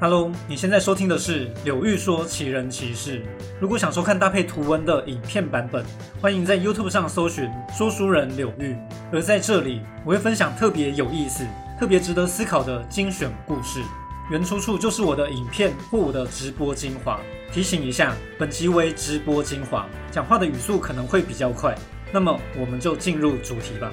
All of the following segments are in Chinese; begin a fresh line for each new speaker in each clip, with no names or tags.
Hello，你现在收听的是《柳玉说奇人奇事》。如果想收看搭配图文的影片版本，欢迎在 YouTube 上搜寻“说书人柳玉”。而在这里，我会分享特别有意思、特别值得思考的精选故事，原出处就是我的影片或我的直播精华。提醒一下，本集为直播精华，讲话的语速可能会比较快。那么，我们就进入主题吧。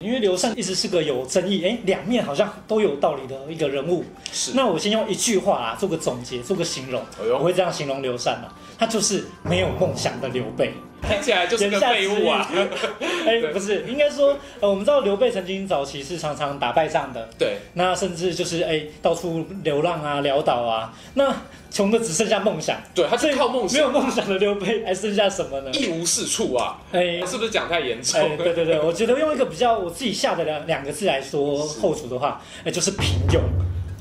因为刘禅一直是个有争议，哎，两面好像都有道理的一个人物。
是
那我先用一句话啊，做个总结，做个形容，
哎
我
呦
会这样形容刘禅啊，他就是没有梦想的刘 备。
听起来就是个废物啊！
言下之意！哎、不是，应该说，呃，我们知道刘备曾经早期是常常打败仗的，
对，
那甚至就是哎、到处流浪啊、潦倒啊，那穷的只剩下梦想。
对，他
所
就
以
靠梦
没有
想，
梦想的刘备还剩下什么呢？
一无是处啊！
哎、
是不是讲太严重
哎、？ 对对对，我觉得用一个比较我自己下的两两个字来说后厨的话，哎、就是平庸，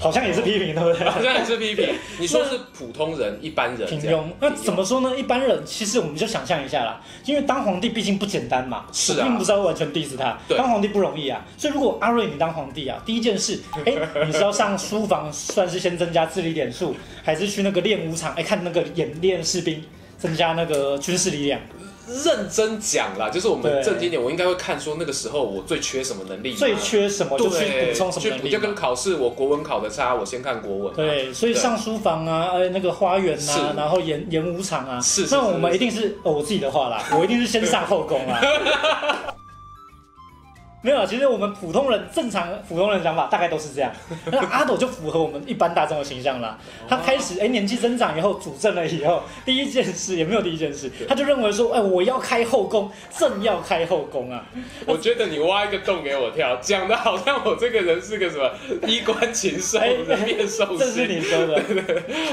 好像也是批评，对不 对？
好像也是批评，你说是普通人、一般人
平
这
庸
样，
那怎么说呢？一般人其实我们就想象一下啦，因为当皇帝毕竟不简单嘛，
是啊
我并不是要完全 diss 他，
对
当皇帝不容易啊。所以如果阿瑞你当皇帝啊，第一件 事，哎、你是要上书房，算是先增加智力点数，还是去那个练武场，哎、看那个演练士兵，增加那个军事力量？
嗯认真讲啦，就是我们
对
正经点，我应该会看说那个时候我最缺什么能力吗，
最缺什么就去
对
补充什么
去
能
补，
力
就
嘛
跟。考试，我国文考的差，我先看国文。，
对，所以上书房啊，呃，那个花园
是
啊，然后演演武场啊，
是是
那
是
我们一定是，哦，我自己的 话啦，我一定是先上后宫啊。 没有啊，其实我们普通人正常普通人的想法大概都是这样。那阿斗就符合我们一般大众的形象啦。
哦
他开始哎、年纪增长以后，主政了以后， 第一件事也没有第一件事，他就认为说，哎、我要开后宫，正要开后宫啊。
我觉得你挖一个洞给我跳，讲的好像我这个人是个什么 衣冠禽兽、
哎
人面兽
这是
心。
你说的，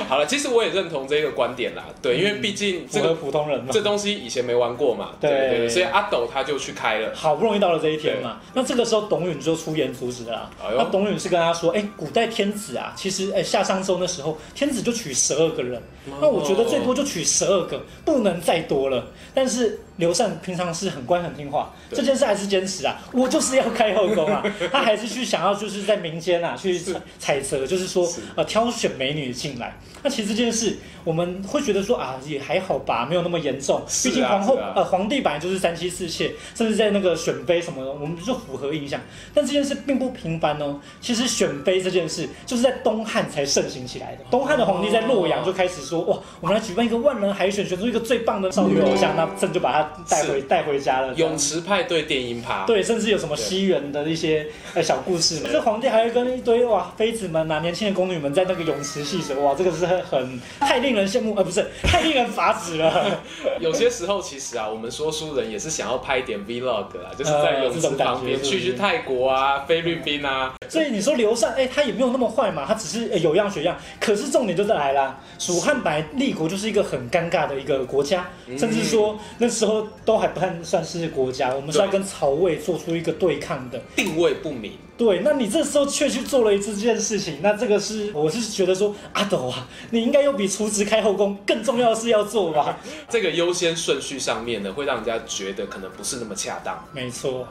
好了，其实我也认同这个观点啦，对，因为毕竟
符
这
合
个
普通人嘛。
这东西以前没玩过嘛，
对
对对，所以阿斗他就去开了，
好不容易到了这一天嘛，那这个时候董允就出言阻止了啊、
哎呦
那董允是跟他说：“哎、古代天子啊，其实哎、夏商周那时候天子就娶十二个人，
哦
那我觉得最多就娶十二个，不能再多了。但是刘禅平常是很乖很听话，
对
这件事还是坚持啊，我就是要开后 宫啊，他还是去想要就是在民间啊去采采择，就是说
是
呃挑选美女进来。那其实这件事我们会觉得说啊也还好吧，没有那么严重，
是
毕
啊
竟皇后、
是啊
呃皇帝本来就是三妻四妾，甚至在那个选妃什么的，我们就符合印象。但这件事并不平凡哦。其实选妃这件事就是在东汉才盛行起来的。东汉的皇帝在洛阳就开始说，哇，我们来举办一个万人海选，选出一个最棒的少女偶像，那朕就把她带回带回家了。
嗯泳池派对电音趴，
对，甚至有什么西园的一些呃小故事嘛。这皇帝还会跟一堆哇妃子们啊、年轻的宫女们在那个泳池戏水，哇，这个是很很太令人羡慕，呃，不是太令人发指了。
有些时候其实啊，我们说书人也是想要拍一点 vlog 啊，就是在泳
呃这
池旁边
种感觉
去去泰国啊、菲律宾啊，
所以你说刘禅，哎、他也没有那么坏嘛，他只是、呃有样学样。可是重点就在来啦，蜀汉本来立国就是一个很尴尬的一个国家，甚至说那时候都还不算算是国家，我们是要
对
跟曹魏做出一个对抗的。
定位不明。
对，那你这时候却去做了一这件事情，那这个是我是觉得说阿斗啊，你应该有比厨子开后宫更重要的事要做吧？
这个优先顺序上面呢，会让人家觉得可能不是那么恰当。
没错。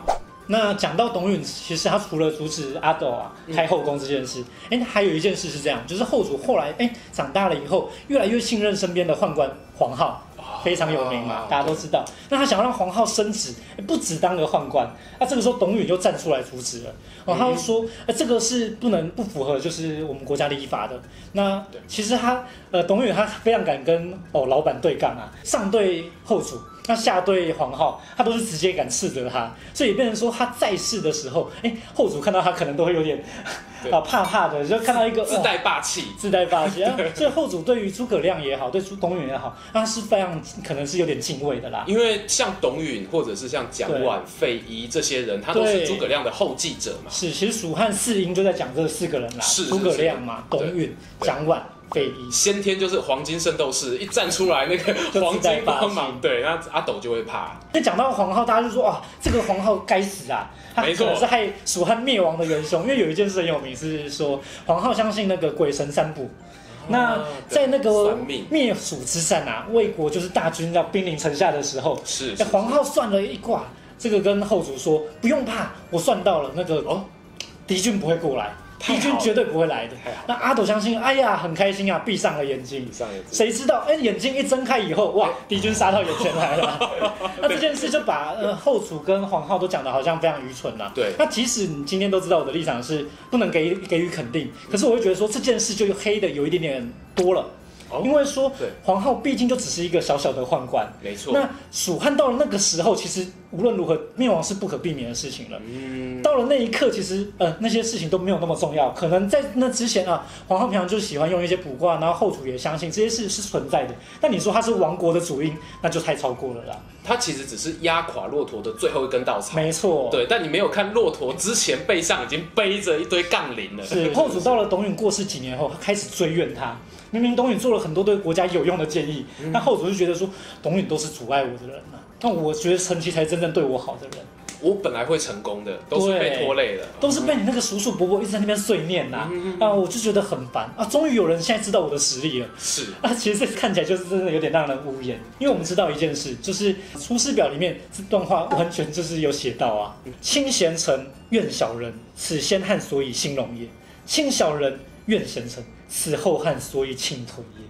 那讲到董允，其实他除了阻止阿斗啊开后宫这件事，哎、还有一件事是这样，就是后主后来哎、长大了以后，越来越信任身边的宦官黄皓，非常有名嘛
哦，
大家都知道。那他想要让黄皓升职，诶不只当个宦官，那这个时候董允就站出来阻止了。
嗯
哦，他就说，呃，这个是不能不符合就是我们国家礼法的。那
对
其实他呃，董允他非常敢跟哦老板对杠啊，上对后主。那下对皇后，他都是直接敢斥责他，所以变成说他在世的时候，哎、后主看到他可能都会有点
对
啊怕怕的，就看到一个
自
哇
带霸气，
自带霸气。 啊所以后主对于诸葛亮也好，对诸董允也好，他是非常可能是有点敬畏的啦。
因为像董允或者是像蒋琬、费祎这些人，他都
对
是诸葛亮的后继者嘛。
是，其实蜀汉四英就在讲这四个人啦，
是是
诸葛亮嘛、
是
董允、
对
蒋琬、费祎。
先天就是黄金圣斗士，一站出来那个
就
黄
自带
金
霸气
光芒，对，那阿斗就会怕。
那讲到黄皓，大家就说啊，这个黄皓该死啊，他
没
可
错
能是害蜀汉灭亡的元凶。因为有一件事很有名，是说黄皓相信那个鬼神三卜。那在那
哦对
个
算命
灭蜀之战啊，魏国就是大军要兵临城下的时候，
是
哎
是
黄皓算了一卦，这个跟后主说不用怕，我算到了那个
哦，
敌军不会过来。
太
义军
好
绝
了，
对不会来的
太好了。
那阿斗相信，哎呀，很开心啊，闭上了眼睛
以。上也是
谁知道，哎，眼睛一睁开以后，哇，敌军杀到眼前来 了。那这件事就把呃后主跟皇后都讲的好像非常愚蠢啦、
对
那即使你今天都知道我的立场是不能给给予肯定，
嗯
可是我会觉得说这件事就黑的有一点点多了，
哦
因为说
对
皇后毕竟就只是一个小小的宦官。
没错。
那蜀汉到了那个时候，其实无论如何灭亡是不可避免的事情了。
嗯，
到了那一刻，其实呃那些事情都没有那么重要。可能在那之前啊，皇后平常就喜欢用一些卜卦，然后后主也相信这些事是存在的。但你说他是亡国的主因，那就太超过了啦。
它其实只是压垮骆驼的最后一根稻草。
没错，，
对，但你没有看骆驼之前背上已经背着一堆杠铃了。
是后主到了董允过世几年后，他开始追怨他。明明董允做了很多对国家有用的建议，那后主就觉得说董允都是阻碍我的人啊。但我觉得陈琦才是真正对我好的人，
我本来会成功的，都是被
对
拖累了。
都是被你那个叔叔伯伯一直在那边碎念呐、啊，我就觉得很烦啊！终于有人现在知道我的实力了，
是
那其实这看起来就是真的有点让人无言，因为我们知道一件事，就是《出师表》里面这段话完全就是有写到啊：“亲贤臣，怨小人，此先汉所以兴隆也；亲小人，怨贤臣，此后汉所以倾颓也。”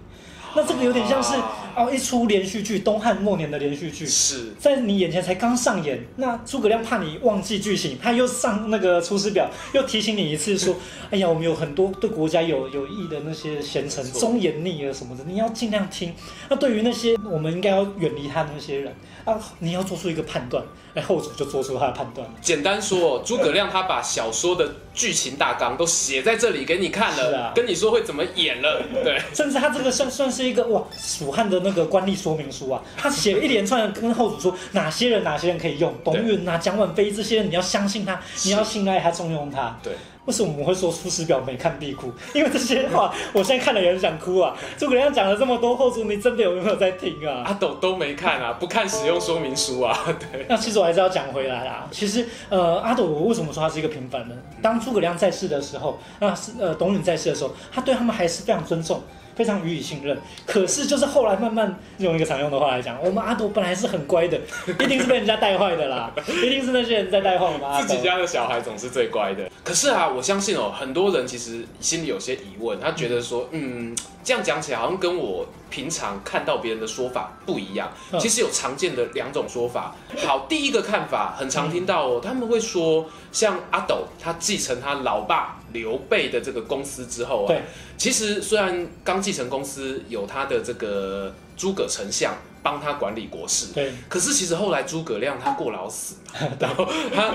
那这个有点像是
啊
哦一出连续剧，东汉末年的连续剧。
是，
在你眼前才刚上演，那诸葛亮怕你忘记剧情，他又上那个《出师表》，又提醒你一次说：“哎呀，我们有很多对国家有有益的那些贤臣
没，错
忠言逆耳什么的，你要尽量听。那对于那些我们应该要远离他的那些人啊，你要做出一个判断。哎，后主就做出他的判断了。
简单说，诸葛亮他把小说的剧情大纲都写在这里给你看
是
了，
啊
跟你说会怎么演了。对，
甚至他这个算算是一个哇，蜀汉的那个官吏说明书啊，他写了一连串的跟后主说哪些人哪些人可以用，董允啊、蒋琬妃这些人，你要相信他，你要信赖他，重用他。
对，
为什么我们会说《出师表》没看必哭？因为这些话，我现在看了也很想哭啊。诸葛亮讲了这么多，后主你真的有没有在听啊？
阿斗都没看啊，不看使用说明书啊。对，
那其实我还是要讲回来啦。其实，呃，阿斗，我为什么说他是一个平凡人？当诸葛亮在世的时候，那是呃董允在世的时候，他对他们还是非常尊重，非常予以信任。可是，就是后来慢慢用一个常用的话来讲，我们阿斗本来是很 乖的，一定是被人家带坏的啦，一定是那些人在带坏我们阿
自
斗
己。家的小孩总是最乖的。可是啊，我相信哦，很多人其实心里有些疑问，他觉得说，嗯，这样讲起来好像跟我平常看到别人的说法不一样。
嗯
其实有常见的两种说法。好，第一个看法很常听到哦，他们会说，像阿斗他继承他老爸刘备的这个公司之后啊，
对，
其实虽然刚继承公司有他的这个诸葛丞相帮他管理国事，
对，
可是其实后来诸葛亮他过劳死嘛， 然后他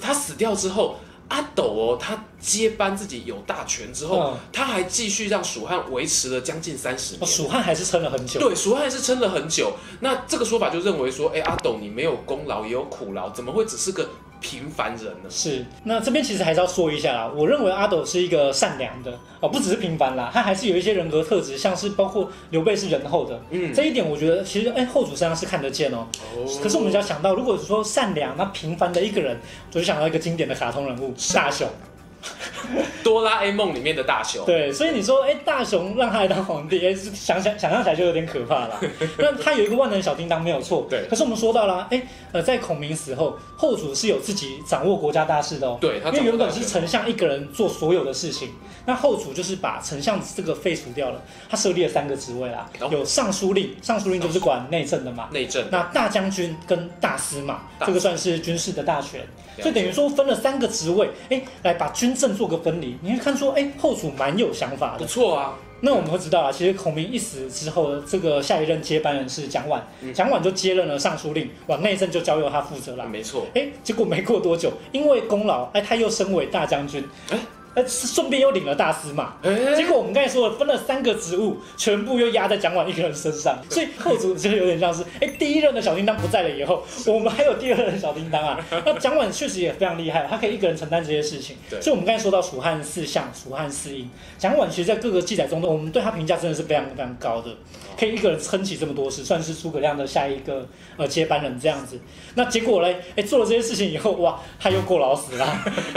他死掉之后，阿斗哦，他接班自己有大权之后
嗯，
他还继续让蜀汉维持了将近三十
哦
年。
蜀汉还是撑了很久。
对，蜀汉是撑了很久。那这个说法就认为说，哎，阿斗你没有功劳也有苦劳，怎么会只是个平凡人呢？
是，那这边其实还是要说一下啦。我认为阿斗是一个善良的哦，不只是平凡啦，他还是有一些人格特质，像是包括刘备是仁厚的，
嗯，
这一点我觉得其实哎后主身上是看得见哦。可是我们只要想到，如果说善良那平凡的一个人，我就想到一个经典的卡通人物大雄。
哆啦 A 梦里面的大雄，
对，所以你说哎大雄让他来当皇帝，哎是想想想象起来就有点可 怕啦。那他有一个万能小叮当没有错，
对
可是我们说到啦，哎呃在孔明死后，后主是有自己掌握国家大事的哦。
对，他
因为
掌握
原本
大权
是丞相一个人做所有的事情，那后主就是把丞相这个废除掉了，他设立了三个职位啦
哦，
有尚书令，尚书令就是管内政的嘛，
内 政，
那大将军跟大司马，
大
这个算是军事的大权，
解
所以等于说分了三个职位，哎，来把军政做个分离，你会看说，哎，后主蛮有想法
不
的。
错啊，
那我们会知道啊，其实孔明一死之后，这个下一任接班人是蒋琬，
嗯
蒋琬就接任了尚书令，往内政就交由他负责啦。
没错，
哎，结果没过多久，因为功劳，哎，他又升为大将军，
哎
哎，顺便又领了大司马。
哎
结果我们刚才说了，分了三个职务，全部又压在蒋琬一个人身上，所以后主就有点像是，哎，第一任的小叮当不在了以后，我们还有第二任小叮当啊。那蒋琬确实也非常厉害，他可以一个人承担这些事情。
对
所以我们刚才说到蜀汉四相、蜀汉四英，蒋琬其实在各个记载中，我们对他评价真的是非常非常高的，可以一个人撑起这么多事，算是诸葛亮的下一个呃接班人这样子。那 结果嘞，哎，做了这些事情以后，哇，他又过劳死了。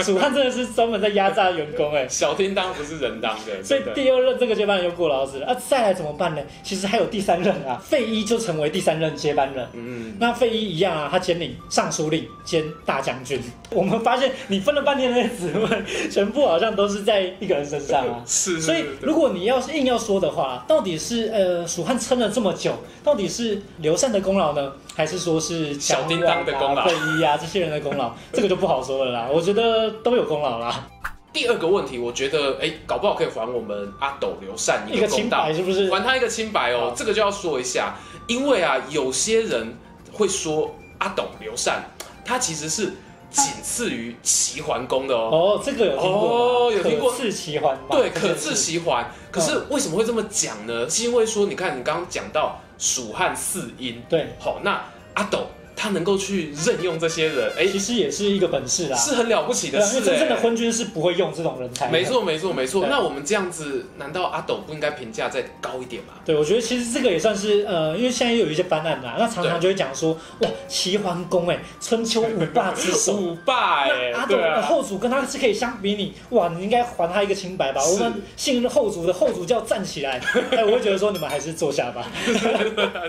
蜀汉真的是专门在压榨有员工哎、
小叮当不是人当的，
所以
真的
第二任这个接班人就过劳死了。啊，再来怎么办呢？其实还有第三任啊，费伊就成为第三任接班人。
嗯，。
那费伊一样啊，他兼领尚书令兼大将军。我们发现你分了半天那些职位，全部好像都是在一个人身上啊
是，
所以
是，是
如果你要是硬要说的话，到底是呃蜀汉撑了这么久，到底是刘禅的功劳呢，还是说是
小
蒋
叮当的
琬啊
功劳
费祎啊这些人的功劳？这个就不好说了啦。我觉得都有功劳 啦，
第二个问题，我觉得哎、搞不好可以还我们阿斗刘禅
一个
一个
清
公道
白，是不是？
还他一个清白哦
好。
这个就要说一下，因为啊，有些人会说阿斗刘禅，他其实是仅次于齐桓公的哦。
哦，这个有听过
哦
吗，
有听过
可刺其环嘛？这
对，
件
可
事嗯
治齐桓。可是为什么会这么讲呢？是因为说，你看你刚刚讲到蜀汉四英，
对，
好，那阿斗他能够去任用这些人，哎、
其实也是一个本事啦。
是很了不起
对
的
啊，因
事、
为真正的
哎
昏君是不会用这种人才。
没。错，没错，没错。
对
那我们这样子，难道阿斗不应该评价再高一点吗？
对，我觉得其实这个也算是呃，因为现在又有一些翻案啦，那常常就会讲说，哇，齐桓公哎，春秋五霸之首，
五霸 哎、
那阿斗
对
的
啊，
后主跟他是可以相比你，哇，你应该还他一个清白吧？
是
我们信任后主的后主叫站起来，哎，我会觉得说你们还是坐下 吧，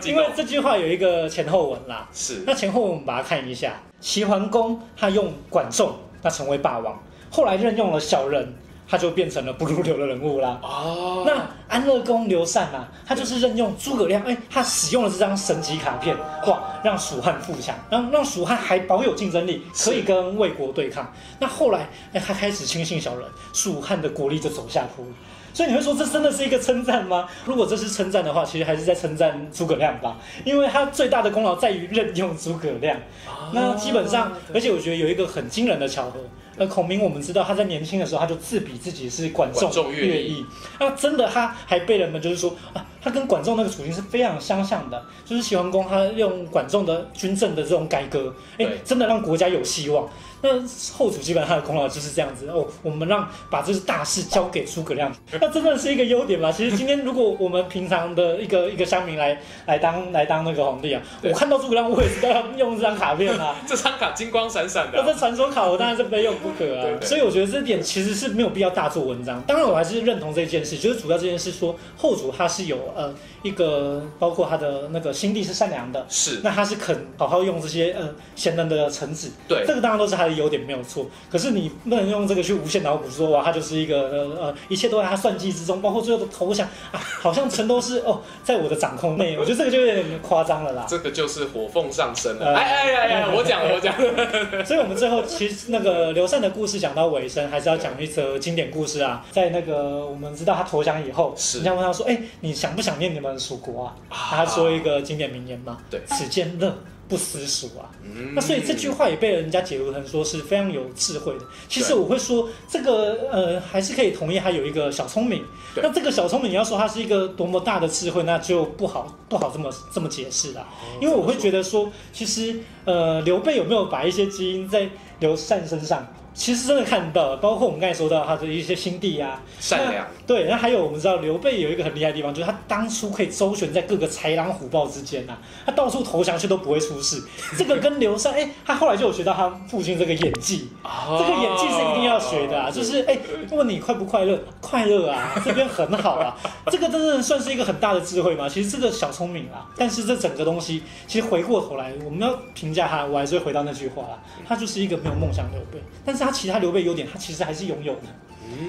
因为这句话有一个前后文啦。
是
那前后文我们把它看一下，齐桓公他用管仲，那成为霸王，后来任用了小人，他就变成了不入流的人物啦。
哦，
那安乐公刘禅啊，他就是任用诸葛亮，哎、他使用了这张神级卡片，哇，让蜀汉富强，让让蜀汉还保有竞争力，
是
可以跟魏国对抗。那后来，哎、他开始轻信小人，蜀汉的国力就走下坡路。所以你会说这真的是一个称赞吗？如果这是称赞的话，其实还是在称赞诸葛亮吧，因为他最大的功劳在于任用诸葛亮。
啊
那基本上，而且我觉得有一个很惊人的巧合，呃，孔明我们知道他在年轻的时候他就自比自己是管
管
仲
仲乐
乐毅，那啊真的他还被人们就是说啊，他跟管仲那个处境是非常相像的，就是齐桓公他用管仲的军政的这种改革，哎
对，
真的让国家有希望。那后主基本上他的功劳就是这样子哦，我们让把这大事交给诸葛亮，那真的是一个优点吧？其实今天如果我们平常的一个一个乡民来来当来当那个皇帝啊，
对
我看到诸葛亮我也是要用这张卡片啊，
这张卡金光闪闪的
那
啊、
这传说卡我当然是非用不可啊，
对对
所以我觉得这点其实是没有必要大做文章。当然，我还是认同这件事，就是主要这件事说后主他是有呃一个包括他的那个心地是善良的，
是
那他是肯好好用这些呃贤人的臣子，
对
这个当然都是他的优点没有错。可是你不能用这个去无限脑补说哇他就是一个呃呃一切都在他算计之中，包括最后的投降啊，好像全都是哦在我的掌控内，我觉得这个就有点夸张了啦。
这个就是火凤上身
呃
了。哎哎哎哎，我讲了我讲了，
所以，我们最后其实那个刘禅的故事讲到尾声，还是要讲一则经典故事啊。在那个我们知道他投降以后，
是
人家问他说：“哎、你想不想念你们蜀国啊？”
啊
他说一个经典名言嘛：“
对
此间乐，不思蜀啊。”
嗯
那所以这句话也被人家解读成说是非常有智慧的。其实
对
我会说，这个呃还是可以同意他有一个小聪明。
对
那这个小聪明，你要说他是一个多么大的智慧，那就不好不好这么这么解释啦。因为我会觉得说，其实呃刘备有没有把一些基因在刘禅身上，其实真的看到了，包括我们刚才说到他的一些心地啊，
善良，
对，那还有我们知道刘备有一个很厉害的地方，就是他当初可以周旋在各个豺狼虎豹之间呐、啊他到处投降却都不会出事。这个跟刘禅，哎、他后来就有学到他父亲这个演技，
这
这个演技是一定要学
嗯
的啊，就是哎、问你快不快乐，快乐啊，这边很好啊，这个真的算是一个很大的智慧嘛。其实这个小聪明啊，但是这整个东西，其实回过头来，我们要评价他，我还是会回到那句话啦，他就是一个没有梦想的刘备，但是他其他刘备优点，他其实还是拥有的。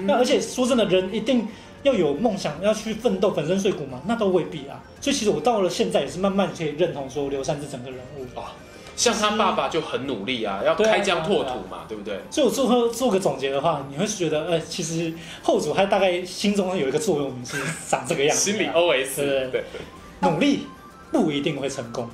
那而且说真的，人一定要有梦想，要去奋斗，粉身碎骨嘛，那都未必啊。所以其实我到了现在也是慢慢可以认同说刘禅这整个人物。
啊。像他爸爸就很努力啊，要
对啊
开疆拓土嘛，对不对？
所以我最后做个总结的话，你会觉得，呃，其实后主他大概心中有一个座右铭是长这个样子、啊，
心理哦 OS，
对
对，
努力不一定会成功，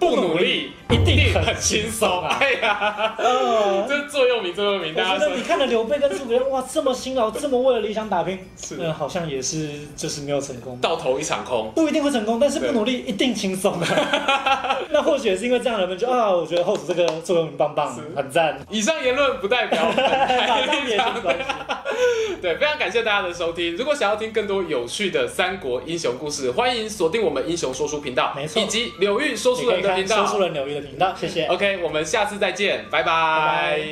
不努力
一定
很
很
轻
轻松
松。
啊。
哎呀，
呃，
这座右铭，座右铭，
我觉
哦大家
得你
说
看了刘备跟诸葛亮，哇，这么辛劳，这么为了理想打拼，
是
嗯、好像也是就是没有成功。
到头一场空。
不一定会成功，但是不努力一定轻 松的。那或许也是因为这样，人们就啊，我觉得后主这个作用很棒棒
是，
很 赞。
以上言论不代表 本
马
台
上
立
也
场
是。 关系。
对，非常感谢大家的收听。如果想要听更多有趣的三国英雄故事，欢迎锁定我们英雄说书频道，
没错
以及柳玉说
你
书
可
人
以
的
看
频
说
道
书。人纽约的频道，谢谢。
OK，我们下次再见，拜
拜
拜
拜